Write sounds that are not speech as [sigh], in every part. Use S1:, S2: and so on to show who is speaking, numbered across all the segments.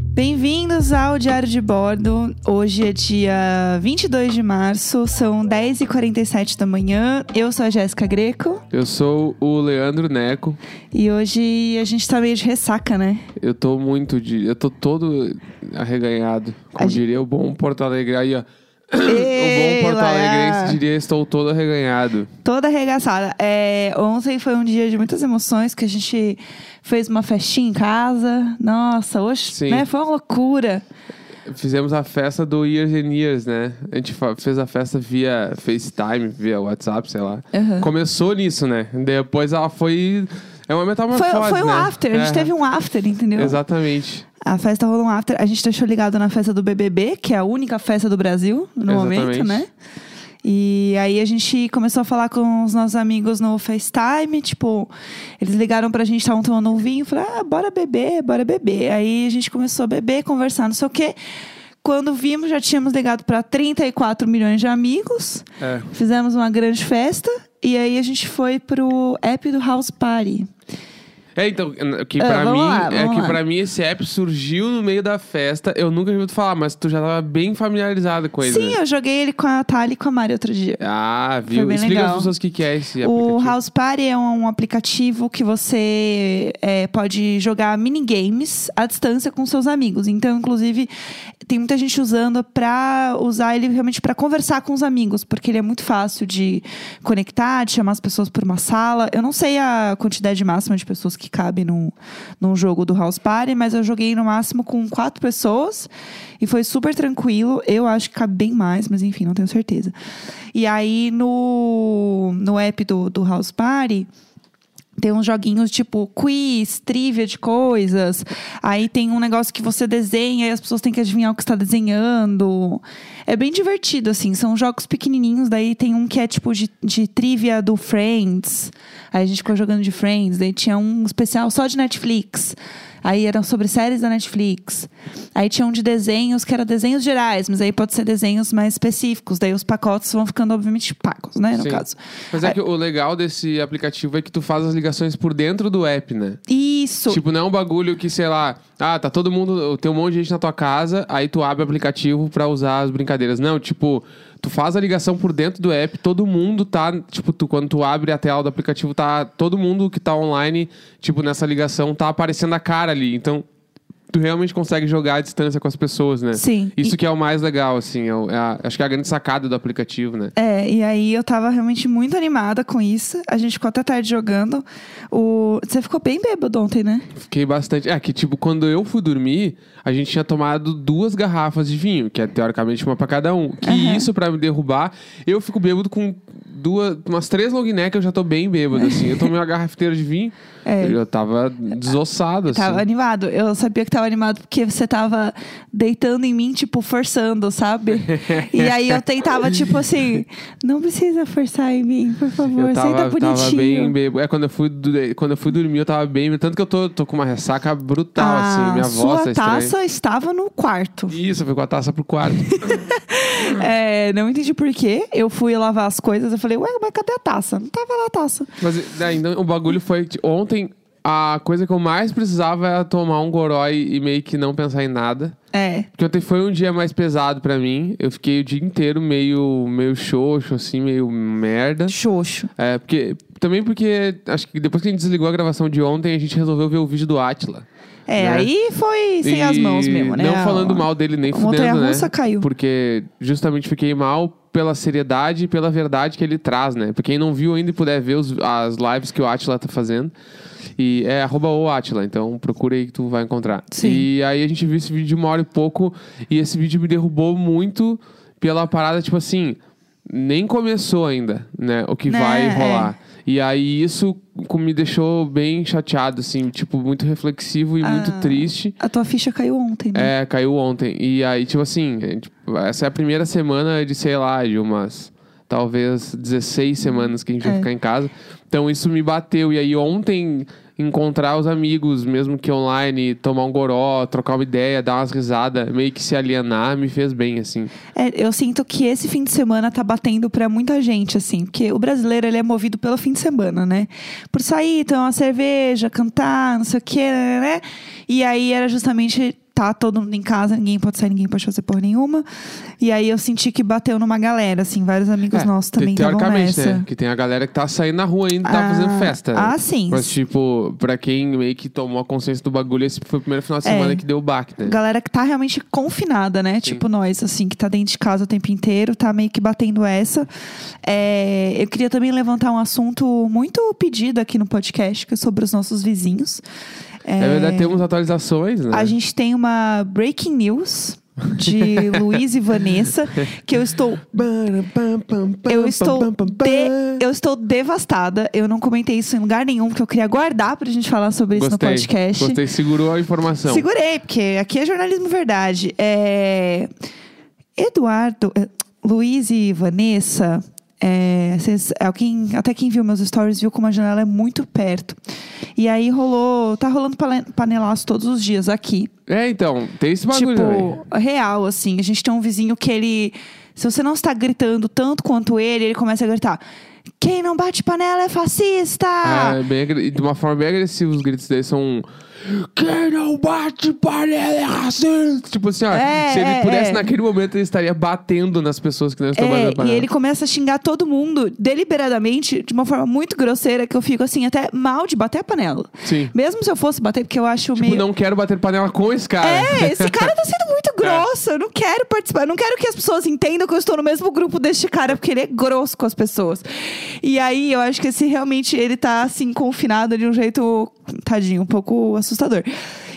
S1: Bem-vindos ao Diário de Bordo. Hoje é dia 22 de março, são 10h47 da manhã. Eu sou a Jéssica Greco
S2: Eu sou o Leandro Neco.
S1: e hoje a gente tá meio de ressaca, né?
S2: Eu tô muito de. Eu tô todo arreganhado. Como
S1: A gente-
S2: diria o bom Porto Alegre. Aí, ó. [clears throat]
S1: Ei,
S2: o bom Porto
S1: Laia.
S2: Alegrense diria: estou todo arreganhado.
S1: Toda arregaçada. É, ontem foi um dia de muitas emoções, que a gente fez uma festinha em casa. Nossa, hoje
S2: Sim.
S1: né, foi uma loucura.
S2: Fizemos a festa do Years and Years, né? A gente fa- fez a festa via FaceTime, via WhatsApp, sei lá.
S1: Uhum.
S2: Começou nisso, né? Depois ela foi. É uma
S1: Foi,
S2: metamorfose.
S1: foi um
S2: né?
S1: after, a gente
S2: É,
S1: teve um after, entendeu?
S2: Exatamente.
S1: A festa rolou um after. A gente deixou ligado na festa do BBB, que é a única festa do Brasil no
S2: Exatamente.
S1: momento, né? E aí a gente começou a falar com os nossos amigos no FaceTime, tipo, eles ligaram pra gente, estavam tomando um vinho, falaram, ah, bora beber, bora beber. Aí a gente começou a beber, conversar, não sei o quê. Quando vimos, já tínhamos ligado pra 34 milhões de amigos,
S2: É.
S1: fizemos uma grande festa, e aí a gente foi pro app do House Party.
S2: É, então, que
S1: Ah,
S2: pra
S1: vamos
S2: mim,
S1: lá,
S2: é
S1: vamos
S2: que
S1: lá.
S2: para mim esse app surgiu no meio da festa. Eu nunca ouvi tu falar, mas tu já tava bem familiarizado com ele.
S1: Sim,
S2: né?
S1: eu joguei ele com a Thali e com a Mari outro dia.
S2: Ah,
S1: Foi
S2: viu?
S1: bem
S2: Explica
S1: legal.
S2: às pessoas o que que é esse
S1: O
S2: aplicativo.
S1: House Party é um aplicativo que você é, pode jogar minigames à distância com seus amigos. Então, inclusive, tem muita gente usando pra usar ele realmente pra conversar com os amigos, porque ele é muito fácil de conectar, de chamar as pessoas por uma sala. Eu não sei a quantidade máxima de pessoas que cabe num, num jogo do House Party, mas eu joguei no máximo com quatro pessoas e foi super tranquilo. Eu acho que cabe bem mais, mas enfim, não tenho certeza. E aí no, no app do, do House Party. Tem uns joguinhos tipo quiz, trivia de coisas. Aí tem um negócio que você desenha e as pessoas têm que adivinhar o que está desenhando. É bem divertido, assim. São jogos pequenininhos. Daí tem um que é tipo de, de trivia do Friends. Aí a gente ficou jogando de Friends. Daí tinha um especial só de Netflix. Aí eram sobre séries da Netflix. Aí tinha um de desenhos, que era desenhos gerais, mas aí pode ser desenhos mais específicos. Daí os pacotes vão ficando, obviamente, pagos, né? No
S2: Sim.
S1: caso.
S2: Mas é que o legal desse aplicativo é que tu faz as ligações por dentro do app, né?
S1: Isso.
S2: Tipo, não é um bagulho que, sei lá, ah, tá todo mundo, tem um monte de gente na tua casa, aí tu abre o aplicativo pra usar as brincadeiras. Não, tipo, tu faz a ligação por dentro do app, todo mundo tá, tipo, tu, quando tu abre a tela do aplicativo, tá todo mundo que tá online, tipo, nessa ligação, tá aparecendo a cara ali. Então, tu realmente consegue jogar à distância com as pessoas, né?
S1: Sim.
S2: Isso
S1: E-
S2: que é o mais legal, assim, é o- é a- acho que é a grande sacada do aplicativo, né?
S1: É, e aí eu tava realmente muito animada com isso. A gente ficou até tarde jogando. O... Você ficou bem bêbado ontem, né?
S2: Fiquei bastante. É que, tipo, quando eu fui dormir, a gente tinha tomado duas garrafas de vinho, que é teoricamente uma pra cada um. Que isso, pra me derrubar, eu fico bêbado com duas, umas três long neck, eu já tô bem bêbado, assim. Eu tomei uma garrafeira de vinho,
S1: [laughs] É.
S2: eu tava desossado, assim.
S1: Tava animado. Eu sabia que tava animado porque você tava deitando em mim, tipo, forçando, sabe? e aí eu tentava, tipo assim, não precisa forçar em mim, por favor,
S2: Eu tava,
S1: senta tá bonitinho.
S2: tava bem bêbado. É, quando eu, fui, du- quando eu fui dormir, eu tava bem bêbado. Tanto que eu tô, tô com uma ressaca brutal, assim. Minha
S1: Ah, sua
S2: voz tá estranha.
S1: taça estava no quarto.
S2: Isso, eu fui com a taça pro quarto.
S1: É, não entendi por quê. Eu fui lavar as coisas, eu falei, ué, mas cadê a taça? Não tava lá a taça.
S2: Mas é, ainda o bagulho foi. que Ontem, a coisa que eu mais precisava era tomar um goró e, e meio que não pensar em nada.
S1: É,
S2: Porque ontem foi um dia mais pesado pra mim. Eu fiquei o dia inteiro meio, meio xoxo, assim, meio merda.
S1: xoxo.
S2: É, porque. Também porque acho que depois que a gente desligou a gravação de ontem, a gente resolveu ver o vídeo do Atila.
S1: É,
S2: Né?
S1: aí foi sem
S2: E
S1: as mãos mesmo, né?
S2: Não
S1: A-
S2: falando mal dele nem
S1: a montanha
S2: fudendo, né?
S1: russa caiu.
S2: Porque justamente fiquei mal pela seriedade e pela verdade que ele traz, né? Pra quem não viu ainda e puder ver os- as lives que o Atila tá fazendo. E é arroba o Atila, então procura aí que tu vai encontrar.
S1: Sim.
S2: E aí a gente viu esse vídeo de uma hora e pouco e esse vídeo me derrubou muito pela parada, tipo assim, nem começou ainda, né? O que
S1: Né,
S2: vai
S1: é.
S2: rolar. E aí isso co- me deixou bem chateado, assim, tipo, muito reflexivo e muito
S1: Ah.
S2: triste.
S1: A tua ficha caiu ontem, né?
S2: É, caiu ontem. E aí, tipo assim, é, tipo, essa é a primeira semana de, sei lá, de umas talvez 16 semanas que a gente
S1: É.
S2: vai ficar em casa. Então isso me bateu. E aí ontem encontrar os amigos, mesmo que online, tomar um goró, trocar uma ideia, dar umas risadas, meio que se alienar, me fez bem, assim.
S1: É, eu sinto que esse fim de semana tá batendo pra muita gente, assim. Porque o brasileiro, ele é movido pelo fim de semana, né? Por sair, tomar uma cerveja, cantar, não sei o quê, né? né, né. E aí era justamente tá todo mundo em casa, ninguém pode sair, ninguém pode fazer porra nenhuma. E aí eu senti que bateu numa galera, assim, vários amigos
S2: É,
S1: nossos
S2: te-
S1: também estavam
S2: Teoricamente,
S1: nessa.
S2: né? Que tem a galera que tá saindo na rua ainda e tá
S1: Ah,
S2: fazendo festa. né?
S1: ah, sim.
S2: Mas, tipo, pra quem meio que tomou a consciência do bagulho, esse foi o primeiro final de
S1: É.
S2: semana que deu o baque, né?
S1: Galera que tá realmente confinada, né? Tipo nós, assim, que tá dentro de casa o tempo inteiro, tá meio que batendo essa. É, eu queria também levantar um assunto muito pedido aqui no podcast, que é sobre os nossos vizinhos. É,
S2: Na É verdade, temos atualizações, né?
S1: A gente tem uma breaking news
S2: [laughs]
S1: de Luiz e Vanessa, que eu estou Eu estou, de- eu estou devastada. Eu não comentei isso em lugar nenhum, porque eu queria guardar pra gente falar sobre isso
S2: Gostei.
S1: no podcast.
S2: Gostei, segurou a informação.
S1: Segurei, porque aqui é jornalismo verdade. É, Eduardo, eh, Luiz e Vanessa, é, vocês- alguém, até quem viu meus stories viu como a janela é muito perto. E aí rolou, tá rolando pale- panelaço todos os dias aqui.
S2: É, então, tem esse bagulho também.
S1: Tipo, real, assim. A gente tem um vizinho que ele. Se você não está gritando tanto quanto ele, ele começa a gritar: Quem não bate panela é fascista!
S2: É, bem agre- e de uma forma bem agressiva, os gritos dele são. Quem não bate panela é racista! Tipo assim, ó,
S1: É,
S2: se ele
S1: é,
S2: pudesse
S1: é.
S2: naquele momento, ele estaria batendo nas pessoas que não estão
S1: É,
S2: batendo panela.
S1: e ele começa a xingar todo mundo deliberadamente, de uma forma muito grosseira, que eu fico assim, até mal de bater a panela.
S2: Sim.
S1: Mesmo se eu fosse bater, porque eu acho
S2: Tipo,
S1: meio.
S2: não quero bater panela com esse cara. [laughs]
S1: É, esse cara tá sendo muito grosso. Eu não quero participar. Eu não quero que as pessoas entendam que eu estou no mesmo grupo deste cara, porque ele é grosso com as pessoas. E aí, eu acho que esse realmente ele tá assim, confinado de um jeito, tadinho, um pouco assustador.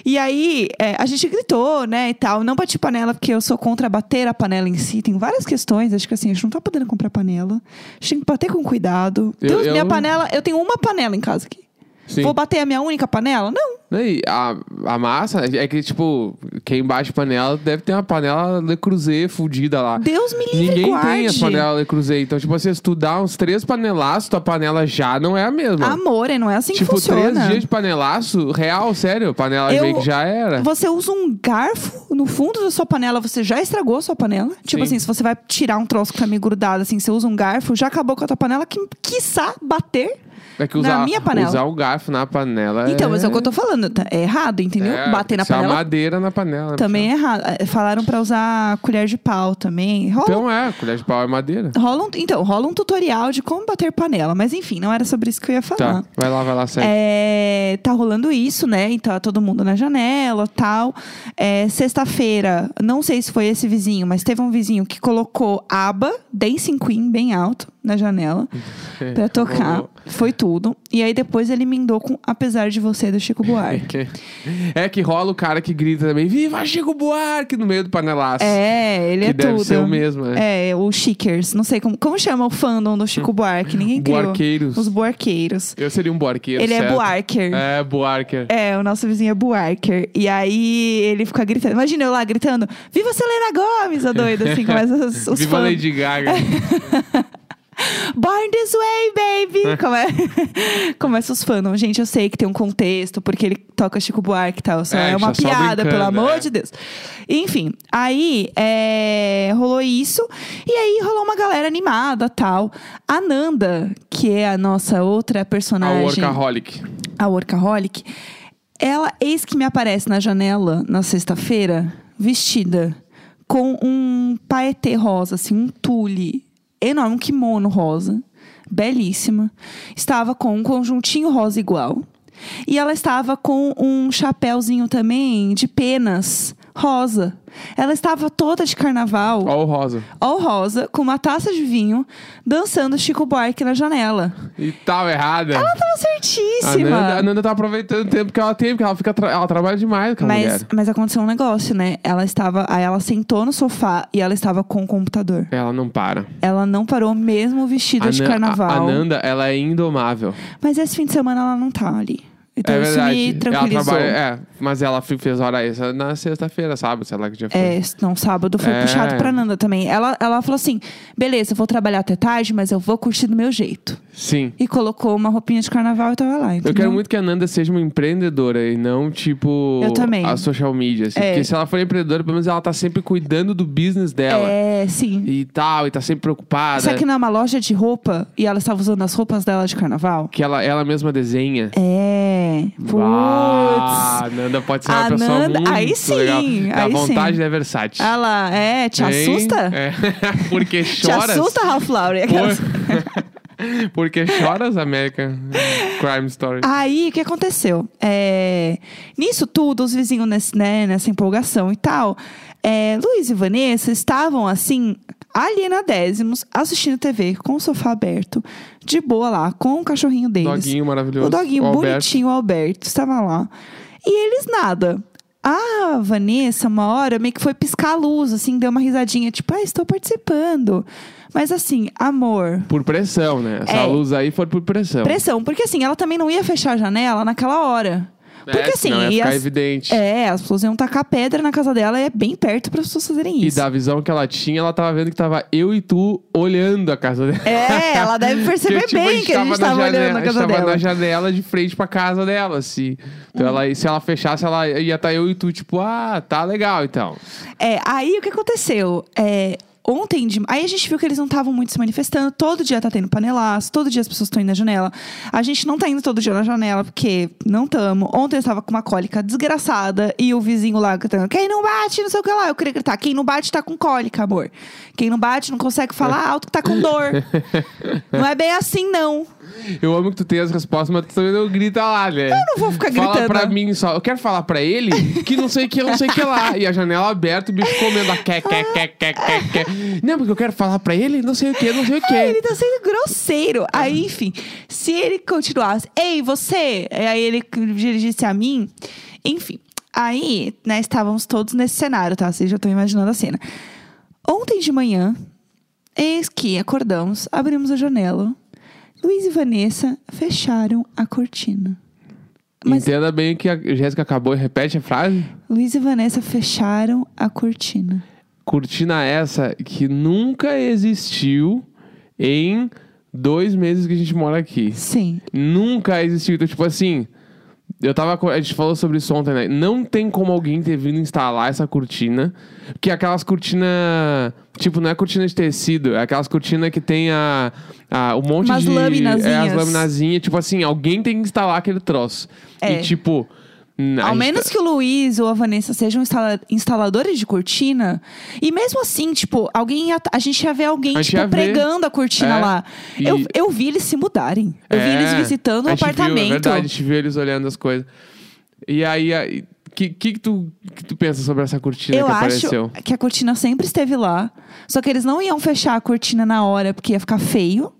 S1: E aí, é, a gente gritou, né, e tal. Não bati panela, porque eu sou contra bater a panela em si. Tem várias questões. Acho que assim, a gente não tá podendo comprar panela. A gente tem que bater com cuidado.
S2: Eu-
S1: Deus, minha
S2: eu-
S1: panela, eu tenho uma panela em casa aqui.
S2: Sim.
S1: Vou bater a minha única panela? Não.
S2: Né, E a, a massa é que, tipo, quem bate panela deve ter uma panela Le Creuset fudida lá.
S1: Deus me livre,
S2: Ninguém
S1: guarde.
S2: tem as panelas Le Creuset. Então, tipo, assim, se tu dá uns três panelaços, tua panela já não é a mesma.
S1: Amor, não é assim
S2: tipo,
S1: que funciona.
S2: três dias de panelaço, real, sério, panela
S1: Eu-
S2: meio que já era.
S1: Você usa um garfo no fundo da sua panela, você já estragou a sua panela. Tipo
S2: Sim.
S1: assim, se você vai tirar um troço que tá meio grudado, assim, você usa um garfo, já acabou com a tua panela, que quiçá bater.
S2: É que
S1: na
S2: usar,
S1: minha panela.
S2: usar o garfo na panela
S1: Então, mas é o que eu tô falando, tá? é errado, entendeu?
S2: é,
S1: Bater na
S2: isso é a
S1: panela
S2: madeira na panela. né,
S1: também é errado. É, Falaram pra usar colher de pau também. Rola,
S2: pessoal? Então é, colher de pau é madeira.
S1: rola um, então, rola um tutorial de como bater panela, mas enfim, não era sobre isso que eu ia falar.
S2: Tá, vai lá, vai lá, segue.
S1: É, tá rolando isso, né? Então, todo mundo na janela tal. É, Sexta-feira, não sei se foi esse vizinho, mas teve um vizinho que colocou aba, Dancing Queen, bem alto, na
S2: [laughs]
S1: janela, pra tocar. Foi tudo. E aí depois ele emendou com Apesar de Você, do Chico
S2: [laughs]
S1: Buarque.
S2: É que rola o cara que grita também, Viva Chico Buarque! no meio do panelaço.
S1: É, ele
S2: Que
S1: é
S2: deve
S1: tudo.
S2: ser o mesmo, né?
S1: é. o Chickers. Não sei como, como chama o fandom do
S2: [laughs]
S1: Chico Buarque. Ninguém criou.
S2: Buarqueiros.
S1: Os Buarqueiros.
S2: Eu seria um buarqueiro,
S1: Ele
S2: certo?
S1: é Buarquer.
S2: É, buarquer.
S1: É, o nosso vizinho é Buarker. E aí ele fica gritando. Imagina eu lá gritando: Viva Selena Gomes, a doida,
S2: [laughs]
S1: assim, começa os, os
S2: Viva
S1: fãs.
S2: Lady
S1: [laughs]
S2: Gaga.
S1: Born this way,
S2: [laughs]
S1: baby! Come... [laughs] começa os fãs. Gente, eu sei que tem um contexto, porque ele toca Chico Buarque e tal. Só
S2: É,
S1: é, uma
S2: só
S1: piada,
S2: brincando,
S1: pelo amor
S2: é.
S1: de Deus. Enfim, aí é, rolou isso. E aí rolou uma galera animada tal. A Nanda, que é a nossa outra
S2: A
S1: personagem
S2: workaholic.
S1: a workaholic, ela eis que me aparece na janela na sexta-feira, vestida com um paetê rosa, assim, um tule enorme, um kimono rosa, belíssima. Estava com um conjuntinho rosa igual. E ela estava com um chapéuzinho também de penas rosa. Ela estava toda de carnaval
S2: Ó o rosa.
S1: all rosa, com uma taça de vinho, dançando Chico Buarque na janela.
S2: E tal, errada.
S1: Ela tava
S2: a,
S1: certíssima.
S2: Nanda, a Nanda tá aproveitando o tempo que ela tem, porque ela, fica tra- ela trabalha demais com a
S1: Mas,
S2: mulher.
S1: mas aconteceu um negócio, né? Ela estava. Aí ela sentou no sofá e ela estava com o computador.
S2: Ela não para.
S1: Ela não parou mesmo vestida de
S2: Nan-
S1: carnaval.
S2: É. a- a Nanda, ela é indomável.
S1: Mas esse fim de semana ela não tá ali. Então
S2: é
S1: isso
S2: verdade.
S1: me tranquilizou.
S2: Ela trabalha, é, mas ela fe- fez hora extra na sexta-feira, sábado, sei lá que dia foi.
S1: É, não, sábado foi
S2: É.
S1: puxado pra Nanda também. Ela, ela falou assim: beleza, eu vou trabalhar até tarde, mas eu vou curtir do meu jeito.
S2: Sim.
S1: E colocou uma roupinha de carnaval e tava lá.
S2: Eu
S1: entendeu?
S2: quero muito que a Nanda seja uma empreendedora e não, tipo,
S1: Eu também.
S2: a social media. Assim.
S1: É.
S2: Porque se ela for empreendedora, pelo menos ela tá sempre cuidando do business dela.
S1: É, sim.
S2: E tal, e tá sempre preocupada.
S1: Será que não é uma loja de roupa e ela estava usando as roupas dela de carnaval?
S2: Que ela, ela mesma desenha.
S1: É, É. Putz.
S2: Ah, Nanda pode ser uma
S1: A
S2: pessoa
S1: Nanda-
S2: muito
S1: aí sim,
S2: legal. A
S1: aí sim.
S2: vontade da Versace.
S1: Ah lá, é, te
S2: Hein?
S1: assusta?
S2: É, [laughs] porque
S1: Te
S2: choras.
S1: assusta, Ralph Lauren?
S2: [laughs]
S1: Aquelas-
S2: Por- porque choras, American Crime Story.
S1: Aí, o que aconteceu? É, Nisso tudo, os vizinhos nesse- né, nessa empolgação e tal, é, Luiz e Vanessa estavam, assim, alienadésimos, assistindo TV, com o sofá aberto, de boa lá, com o cachorrinho deles.
S2: Doguinho maravilhoso.
S1: O doguinho
S2: O Alberto.
S1: bonitinho, o Alberto, estava lá. E eles nada. A Vanessa, uma hora, meio que foi piscar a luz, assim, deu uma risadinha, tipo, ah, estou participando. Mas assim, amor,
S2: Por pressão, né? Essa
S1: É.
S2: luz aí foi por pressão.
S1: pressão. Porque assim, ela também não ia fechar a janela naquela hora.
S2: É,
S1: Porque assim,
S2: senão ia
S1: e
S2: ficar
S1: as,
S2: evidente.
S1: é, as pessoas iam tacar pedra na casa dela e é bem perto para as pessoas fazerem
S2: E
S1: isso.
S2: da visão que ela tinha, ela tava vendo que tava eu e tu olhando a casa dela.
S1: É, ela deve perceber
S2: [laughs] Porque, tipo,
S1: bem que a gente
S2: na
S1: estava olhando a
S2: a gente
S1: casa
S2: tava
S1: dela. Uhum.
S2: na janela de frente pra casa dela, assim. Então ela, se ela fechasse, ela ia estar eu e tu, tipo, ah, tá legal, então.
S1: É, aí o que aconteceu? É, ontem, de... aí a gente viu que eles não estavam muito se manifestando. Todo dia tá tendo panelaço, todo dia as pessoas estão indo na janela. A gente não tá indo todo dia na janela, porque não tamo. Ontem eu estava com uma cólica desgraçada e o vizinho lá gritando: quem não bate, não sei o que lá. Eu queria gritar: quem não bate tá com cólica, amor. Quem não bate não consegue falar alto que tá com dor. não é bem assim, não.
S2: Eu amo que tu tenha as respostas, mas tu também não grita lá, né? Eu
S1: não vou ficar
S2: Fala
S1: gritando.
S2: pra mim só. Eu quero falar pra ele que não sei o que, não sei o que lá. E a janela aberta, o bicho comendo a que, que, que, que, que, que. Não, porque eu quero falar pra ele não sei o que, não sei o
S1: Ai, ele
S2: que.
S1: tá sendo grosseiro. Aí, enfim, se ele continuasse, ei, você! Aí ele dirigisse a mim, enfim. Aí, né, estávamos todos nesse cenário, tá? Vocês já estão imaginando a cena. Ontem de manhã, eis que acordamos, abrimos a janela. Luiz e Vanessa fecharam a cortina. Mas-
S2: Entenda bem o que a Jéssica acabou e repete a frase.
S1: Luiz e Vanessa fecharam a cortina.
S2: Cortina essa que nunca existiu em dois meses que a gente mora aqui.
S1: Sim.
S2: Nunca existiu. Então, tipo assim, eu tava. co- A gente falou sobre isso ontem, né? Não tem como alguém ter vindo instalar essa cortina. Que é aquelas cortinas. Tipo, não é cortina de tecido, é aquelas cortinas que tem a. a um monte
S1: Umas
S2: de. É, as
S1: laminazinhas.
S2: laminazinhas. Tipo assim, alguém tem que instalar aquele troço.
S1: É.
S2: E tipo. n- a
S1: Ao
S2: gente tá
S1: menos que o Luiz ou a Vanessa sejam instala- instaladores de cortina. E mesmo assim, tipo, alguém ia- a gente ia ver alguém,
S2: A gente ia
S1: tipo,
S2: ver.
S1: pregando a cortina
S2: É.
S1: lá.
S2: E-
S1: Eu, eu vi eles se mudarem. Eu vi
S2: É,
S1: eles visitando o
S2: a gente Viu, é
S1: apartamento.
S2: verdade, a gente viu eles olhando as coisas. E aí, o que, que, que tu, que tu pensa sobre essa cortina
S1: eu
S2: que
S1: acho
S2: apareceu?
S1: que a cortina sempre esteve lá. Só que eles não iam fechar a cortina na hora, porque ia ficar feio.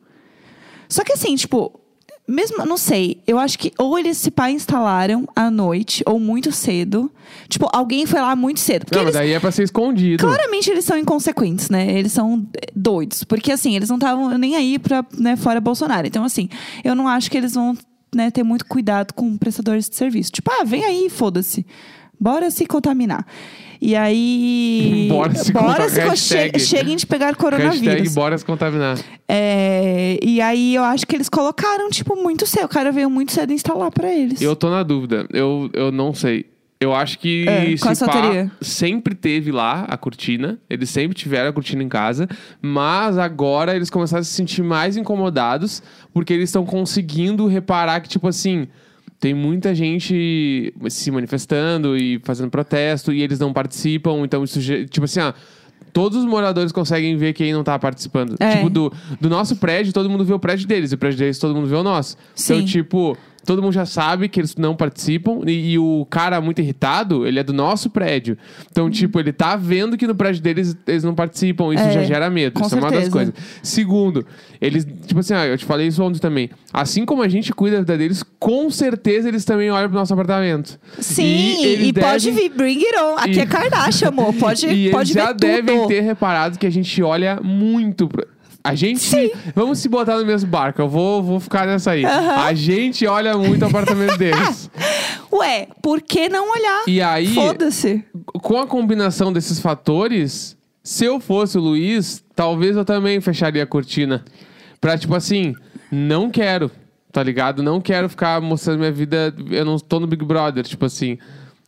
S1: Só que assim, tipo, mesmo, não sei, eu acho que ou eles se pá instalaram à noite, ou muito cedo. Tipo, alguém foi lá muito cedo. Porque
S2: Não, mas
S1: eles
S2: daí é pra ser escondido.
S1: Claramente eles são inconsequentes, né? Eles são doidos. Porque, assim, eles não estavam nem aí pra, né, fora Bolsonaro. Então, assim, eu não acho que eles vão né, ter muito cuidado com prestadores de serviço. Tipo, ah, vem aí, foda-se. Bora se contaminar. E aí.
S2: [laughs] Bora se contaminar.
S1: se co-
S2: Hashtag.
S1: che- Cheguem de pegar
S2: Hashtag
S1: coronavírus.
S2: bora se contaminar.
S1: É, e aí eu acho que eles colocaram, tipo, muito cedo. O cara veio muito cedo instalar pra eles.
S2: Eu tô na dúvida. Eu, eu não sei. Eu acho que
S1: É, qual a
S2: se
S1: sua
S2: pá,
S1: teoria?
S2: sempre teve lá a cortina. Eles sempre tiveram a cortina em casa. Mas agora eles começaram a se sentir mais incomodados. Porque eles estão conseguindo reparar que, tipo assim... Tem muita gente se manifestando e fazendo protesto. E eles não participam. Então isso... ge- Tipo assim, ó... Todos os moradores conseguem ver quem não tá participando.
S1: É.
S2: Tipo, do, do nosso prédio, todo mundo vê o prédio deles. E o prédio deles, todo mundo vê o nosso.
S1: Sim.
S2: Então, tipo, todo mundo já sabe que eles não participam. E, e o cara muito irritado, ele é do nosso prédio. Então, tipo, ele tá vendo que no prédio deles eles não participam. Isso
S1: Uhum. É,
S2: já gera medo.
S1: com
S2: isso é uma das
S1: certeza.
S2: coisas. Segundo, eles, tipo assim, ah, eu te falei isso ontem também. Assim como a gente cuida da vida deles, com certeza eles também olham pro nosso apartamento.
S1: Sim, e,
S2: eles
S1: e pode
S2: devem-
S1: vir, bring it on. Aqui
S2: E-
S1: é Kardashian, amor. Pode,
S2: [laughs] e eles
S1: pode
S2: já
S1: ver
S2: devem
S1: tudo.
S2: ter reparado que a gente olha muito pra... A gente. Vamos se botar no mesmo barco. Eu vou, vou ficar nessa aí. A gente olha muito o
S1: [laughs]
S2: apartamento deles.
S1: Ué, por que não olhar?
S2: E aí,
S1: Foda-se.
S2: com a combinação desses fatores, se eu fosse o Luiz, talvez eu também fecharia a cortina. Pra, tipo assim, não quero, tá ligado? Não quero ficar mostrando minha vida. Eu não tô no Big Brother, tipo assim,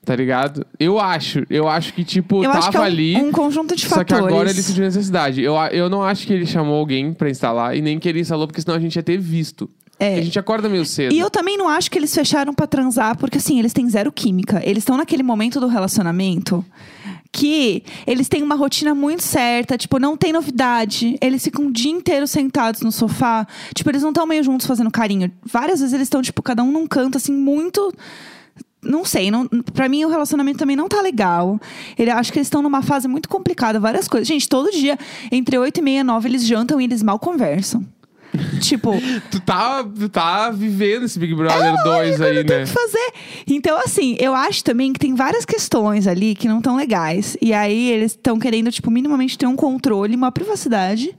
S2: tá ligado? Eu acho. Eu acho que, tipo,
S1: Eu
S2: tava
S1: acho que é um,
S2: ali.
S1: um conjunto de
S2: Só que
S1: fatores.
S2: agora ele sentiu necessidade. Eu, a- eu não acho que ele chamou alguém pra instalar e nem que ele instalou, porque senão a gente ia ter visto.
S1: É.
S2: A gente acorda meio cedo.
S1: E eu também não acho que eles fecharam pra transar, porque assim, eles têm zero química. Eles estão naquele momento do relacionamento que eles têm uma rotina muito certa, tipo, não tem novidade. Eles ficam o dia inteiro sentados no sofá. Tipo, eles não estão meio juntos fazendo carinho. Várias vezes eles estão, tipo, cada um num canto, assim, muito. Não sei, não, pra mim o relacionamento também não tá legal. Ele, acho que eles estão numa fase muito complicada, várias coisas. Gente, todo dia, entre 8 e meia, 9, eles jantam e eles mal conversam. tipo,
S2: Tu tá, tu tá vivendo esse Big Brother 2
S1: eu
S2: aí,
S1: não [laughs] tenho
S2: né?
S1: o que fazer. Então, assim, eu acho também que tem várias questões ali que não estão legais. E aí eles estão querendo, tipo, minimamente ter um controle, uma privacidade.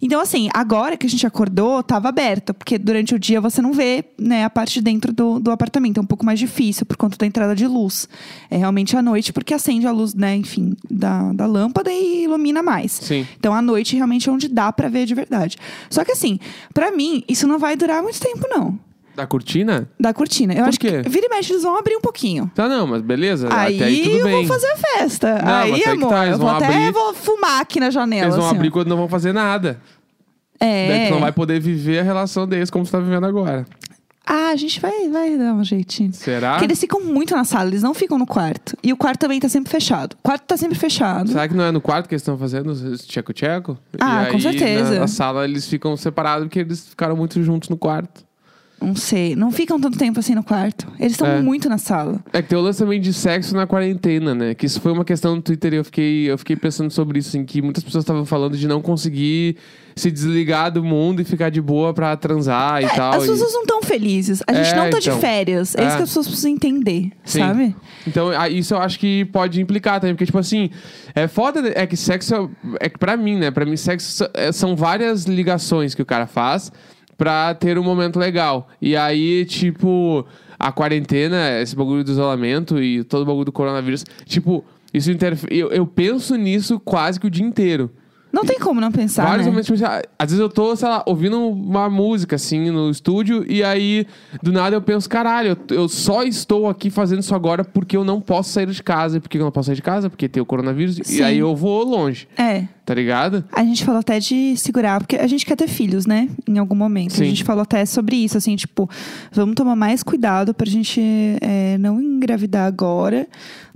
S1: Então, assim, agora que a gente acordou, tava aberta, porque durante o dia você não vê né, a parte de dentro do, do apartamento. É um pouco mais difícil por conta da entrada de luz. É realmente à noite, porque acende a luz, né, enfim, da, da lâmpada e ilumina mais.
S2: Sim.
S1: Então, à noite realmente é onde dá pra ver de verdade. Só que, assim, pra mim, isso não vai durar muito tempo, não.
S2: Da cortina?
S1: Da cortina. Eu
S2: Por
S1: acho
S2: quê?
S1: que vira e mexe, eles vão abrir um pouquinho.
S2: Tá, não, mas beleza.
S1: Aí,
S2: até aí tudo
S1: eu
S2: bem.
S1: vou fazer a festa.
S2: Não, mas
S1: aí,
S2: aí que
S1: amor,
S2: tá, eles
S1: eu vou
S2: vão
S1: até
S2: abrir-
S1: vou fumar aqui na janela.
S2: Eles vão
S1: assim, ó.
S2: abrir quando não vão fazer nada. Daí
S1: É.
S2: tu não vai poder viver a relação deles como tu tá vivendo agora.
S1: Ah, a gente vai, vai dar um jeitinho.
S2: Será?
S1: Porque eles ficam muito na sala, eles não ficam no quarto. E o quarto também tá sempre fechado. O quarto tá sempre fechado.
S2: Será que não é no quarto que eles estão fazendo os tcheco-tcheco?
S1: Ah,
S2: e
S1: com
S2: aí,
S1: certeza.
S2: Na, na sala eles ficam separados porque eles ficaram muito juntos no quarto.
S1: Não sei. Não ficam tanto tempo assim no quarto. Eles estão
S2: É.
S1: muito na sala.
S2: É que tem o lance também de sexo na quarentena, né? Que isso foi uma questão no Twitter e eu fiquei, eu fiquei pensando sobre isso, em que muitas pessoas estavam falando de não conseguir se desligar do mundo e ficar de boa pra transar e tal.
S1: É, As
S2: Tá, e-
S1: pessoas não estão felizes. A gente
S2: É,
S1: não tá
S2: então.
S1: de férias. É isso
S2: É.
S1: que as pessoas precisam entender,
S2: Sim.
S1: sabe?
S2: Então, a- isso eu acho que pode implicar também, porque, tipo assim, é foda, né? é que sexo, é- é que pra mim, né? Pra mim, sexo so- é- são várias ligações que o cara faz pra ter um momento legal. E aí, tipo, a quarentena, esse bagulho do isolamento e todo o bagulho do coronavírus, tipo, isso interfere. Eu, eu penso nisso quase que o dia inteiro.
S1: Não tem como não pensar.
S2: Vários
S1: né?
S2: momentos, tipo, assim, ah, às vezes eu tô, sei lá, ouvindo uma música, assim, no estúdio, e aí, do nada, eu penso, caralho, eu, eu só estou aqui fazendo isso agora porque eu não posso sair de casa. E por que eu não posso sair de casa? Porque tem o coronavírus. E
S1: Sim.
S2: aí eu vou longe,
S1: É.
S2: tá ligado?
S1: A gente falou até de segurar, porque a gente quer ter filhos, né? Em algum momento.
S2: Sim.
S1: A gente falou até sobre isso, assim, tipo, vamos tomar mais cuidado pra gente é, não engravidar agora,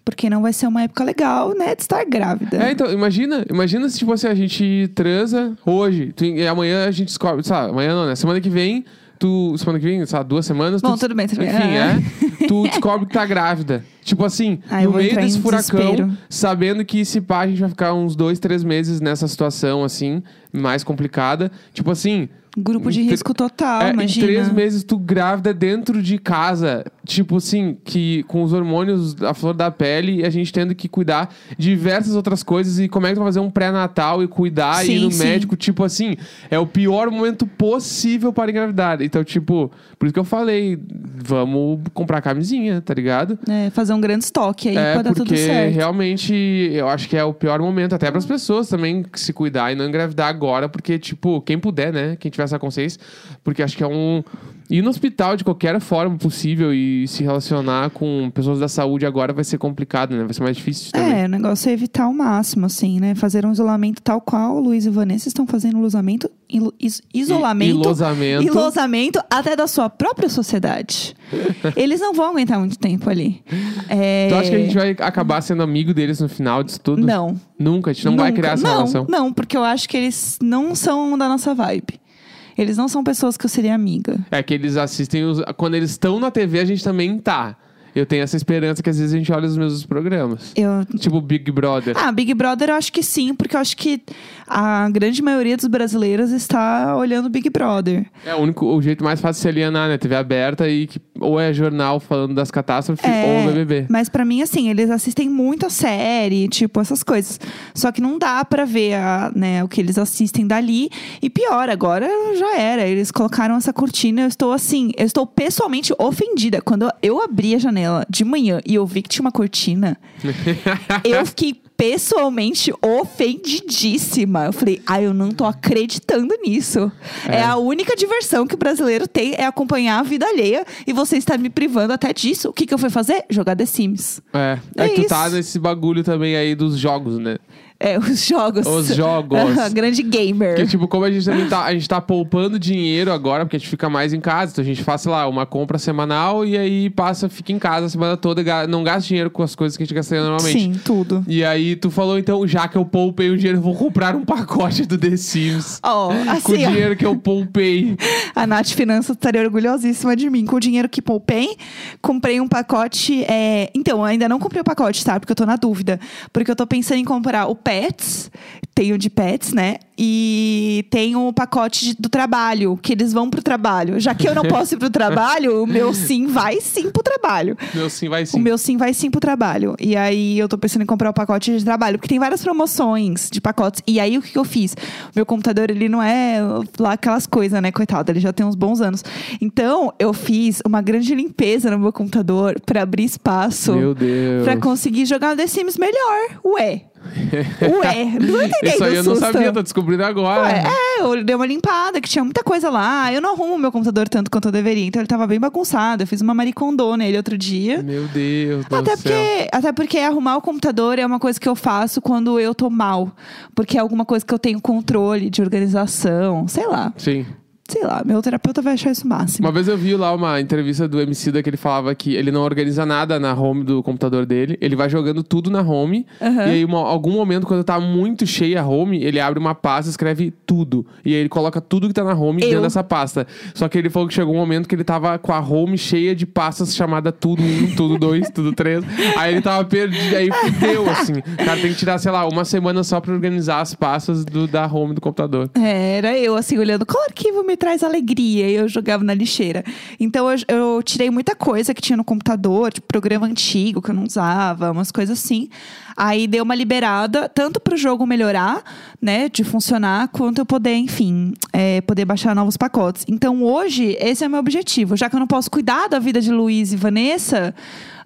S1: porque não vai ser uma época legal, né? De estar grávida.
S2: É, então, imagina, imagina se, tipo assim, a gente transa hoje, tu- e amanhã a gente descobre, sabe, amanhã não, né? Semana que vem, tu. Semana que vem, sabe, duas semanas.
S1: Bom,
S2: tu,
S1: tudo bem, tudo bem.
S2: Enfim,
S1: Ah.
S2: é. Tu descobre que tá grávida. Tipo
S1: [laughs]
S2: assim,
S1: Ah, eu
S2: no
S1: vou
S2: meio
S1: entrar em
S2: desse furacão,
S1: desespero.
S2: sabendo que se pá, a gente vai ficar uns dois, três meses nessa situação, assim, mais complicada. Tipo assim.
S1: Um Grupo de
S2: em tre-
S1: risco total,
S2: é,
S1: imagina.
S2: Em três meses, tu grávida dentro de casa. Tipo assim, que com os hormônios, a flor da pele, e a gente tendo que cuidar de diversas outras coisas. E como é que tu vai fazer um pré-natal e cuidar e ir
S1: Sim,
S2: no
S1: sim.
S2: médico? Tipo assim, é o pior momento possível para engravidar. Então, tipo, por isso que eu falei, vamos comprar camisinha, tá ligado?
S1: É, fazer um grande estoque aí
S2: é
S1: pra dar
S2: porque
S1: tudo certo.
S2: realmente eu acho que é o pior momento, até para as pessoas também que se cuidar e não engravidar agora, porque, tipo, quem puder, né? Quem tiver essa consciência, porque acho que é um. Ir no hospital de qualquer forma possível e se relacionar com pessoas da saúde agora vai ser complicado, né? Vai ser mais difícil também.
S1: É, o negócio é evitar o máximo, assim, né? Fazer um isolamento tal qual o Luiz e Vanessa estão fazendo um isolamento, ilo- is-
S2: E, e
S1: isolamento
S2: losamento.
S1: E losamento até da sua própria
S2: [laughs]
S1: sociedade. Eles não vão aguentar muito tempo ali. É...
S2: Tu acha que a gente vai acabar sendo amigo deles no final disso tudo?
S1: Não.
S2: Nunca, a gente não vai
S1: Nunca.
S2: criar essa
S1: não,
S2: relação.
S1: Não, porque eu acho que eles não são da nossa vibe. Eles não são pessoas que eu seria amiga.
S2: É que eles assistem os... Quando eles estão na TV, a gente também tá. Eu tenho essa esperança que às vezes a gente olha os mesmos programas.
S1: Eu...
S2: Tipo Big Brother.
S1: Ah, Big Brother eu acho que sim, porque eu acho que a grande maioria dos brasileiros está olhando Big Brher.
S2: É o único o jeito mais fácil de se alienar, né? TV aberta e que ou é jornal falando das catástrofes
S1: É.
S2: ou BBB.
S1: Mas pra mim, assim, eles assistem muita série, tipo, essas coisas. Só que não dá pra ver a, né, o que eles assistem dali. E pior, agora já era. Eles colocaram essa cortina. Eu estou assim, eu estou pessoalmente ofendida. Quando eu abri a janela de manhã e eu vi que tinha uma cortina, eu fiquei pessoalmente ofendidíssima. Eu falei, ah, eu não tô acreditando nisso. É. a única diversão que o brasileiro tem é acompanhar a vida alheia e você está me privando até disso. O que, que eu fui fazer? Jogar The Sims.
S2: É. É,
S1: É
S2: que tu tá
S1: isso.
S2: nesse bagulho também aí dos jogos, né?
S1: É, os jogos.
S2: Os jogos.
S1: [laughs] Grande gamer.
S2: Porque, tipo, como a gente também tá, a gente tá poupando dinheiro agora, porque a gente fica mais em casa. Então a gente faz, sei lá, uma compra semanal e aí passa, fica em casa a semana toda, ga- não gasta dinheiro com as coisas que a gente gastaria normalmente.
S1: Sim, tudo.
S2: E aí tu falou, então, já que eu poupei o dinheiro, eu vou comprar um pacote do The Sims.
S1: Ó,
S2: com o
S1: assim, ó,
S2: dinheiro que eu poupei.
S1: a Nath Finanças estaria orgulhosíssima de mim. Com o dinheiro que poupei, comprei um pacote. é, Então, eu ainda não comprei o pacote, tá? Porque eu tô na dúvida. Porque eu tô pensando em comprar o Pets, tenho de Pets, né? E tem o pacote de- do trabalho, que eles vão pro trabalho. Já que eu não posso ir pro trabalho, o meu sim vai sim pro trabalho.
S2: Meu sim vai sim.
S1: O meu sim vai sim pro trabalho. E aí eu tô pensando em comprar o pacote de trabalho, porque tem várias promoções de pacotes. E aí o que, que eu fiz? O meu computador, ele não é lá aquelas coisas, né? Coitado, ele já tem uns bons anos. Então, eu fiz uma grande limpeza no meu computador pra abrir espaço.
S2: Meu Deus.
S1: Pra conseguir jogar The Sims melhor.
S2: [laughs]
S1: Ué. Ué. Não entendi
S2: Isso aí
S1: do
S2: eu não
S1: susto.
S2: sabia, tô descobrindo agora.
S1: Ué, é, eu dei uma limpada, que tinha muita coisa lá. Eu não arrumo meu computador tanto quanto eu deveria. Então ele tava bem bagunçado. Eu fiz uma maricondô nele outro dia.
S2: Meu Deus do
S1: é. Até
S2: céu.
S1: porque, até porque arrumar o computador é uma coisa que eu faço quando eu tô mal. Porque é alguma coisa que eu tenho controle de organização. Sei lá.
S2: Sim.
S1: Sei lá. Meu terapeuta vai achar isso o máximo.
S2: Uma vez eu vi lá uma entrevista do MC da que ele falava que ele não organiza nada na home do computador dele. Ele vai jogando tudo na home.
S1: Aham.
S2: E aí, uma- algum momento, quando tá muito cheia a home, ele abre uma pasta e escreve tudo. E aí ele coloca tudo que tá na home
S1: Eu.
S2: dentro dessa pasta. Só que ele falou que chegou um momento que ele tava com a home cheia de pastas chamada tudo um, tudo dois, tudo três. Aí ele tava perdido, aí fudeu, assim. O cara tem que tirar, sei lá, uma semana só pra organizar as pastas do, da home do computador.
S1: É, Era eu, assim, olhando qual arquivo me traz alegria. E eu jogava na lixeira. Então eu, eu tirei muita coisa que tinha no computador, tipo programa antigo que eu não usava, umas coisas assim. Aí deu uma liberada, tanto pro jogo melhorar, né, de funcionar, quanto eu poder, enfim, é, poder baixar novos pacotes. Então hoje, esse é o meu objetivo. Já que eu não posso cuidar da vida de Luiz e Vanessa,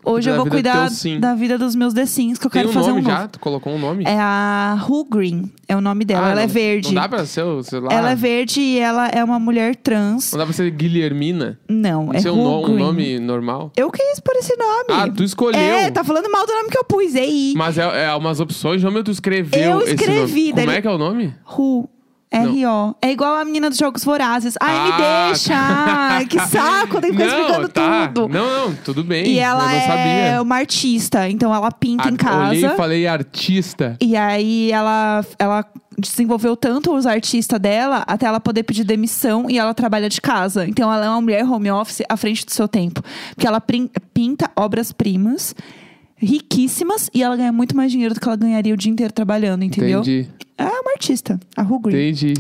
S1: hoje
S2: Da
S1: eu vou
S2: vida do teu
S1: cuidar
S2: sim.
S1: da vida dos meus The Sims, que eu quero
S2: tem um
S1: fazer
S2: nome
S1: um novo.
S2: já? Tu colocou um nome?
S1: É a Who Green, é o nome dela.
S2: Ah,
S1: Ela é
S2: não-
S1: verde.
S2: Não dá pra ser, o- sei lá.
S1: Ela é verde e ela é uma mulher trans.
S2: Não dá pra ser Guilhermina?
S1: Não, é
S2: ser um, no-
S1: Hugo.
S2: um nome normal?
S1: Eu quis por esse nome.
S2: Ah, tu escolheu.
S1: É, tá falando mal do nome que eu pus. Ei,
S2: Mas é, é umas opções de nome tu escreveu
S1: Eu
S2: esse
S1: escrevi,
S2: nome. Como
S1: daí-
S2: é que é o nome?
S1: Ru. R.O. É igual a menina dos Jogos Vorazes. Ai, me
S2: Ah,
S1: deixa! Ai,
S2: [laughs]
S1: Que saco, tem que ficar explicando
S2: não, tá.
S1: tudo.
S2: Não, não, tudo bem.
S1: E ela
S2: eu não
S1: é
S2: sabia.
S1: uma artista, então ela pinta em
S2: Ar-
S1: casa.
S2: Olhei e falei artista.
S1: E aí ela, ela desenvolveu tanto os artistas dela até ela poder pedir demissão e ela trabalha de casa. Então ela é uma mulher home office à frente do seu tempo. Porque ela prin- pinta obras-primas riquíssimas e ela ganha muito mais dinheiro do que ela ganharia o dia inteiro trabalhando, entendeu?
S2: Entendi,
S1: É uma artista, a Ru Green.
S2: entendi.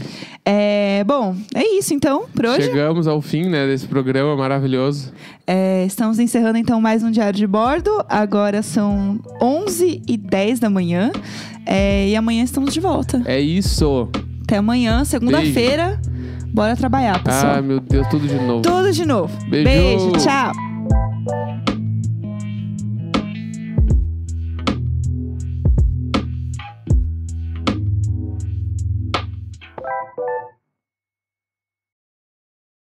S1: É, bom, é isso então, por hoje.
S2: Chegamos ao fim, né, desse programa maravilhoso.
S1: É, estamos encerrando então mais um Diário de Bordo. Agora são 11 e 10 da manhã. É, e amanhã estamos de volta.
S2: É isso.
S1: Até amanhã, segunda-feira. Bora trabalhar, pessoal.
S2: Ah, meu Deus, tudo de novo.
S1: Tudo de novo.
S2: Beijo.
S1: Beijo tchau.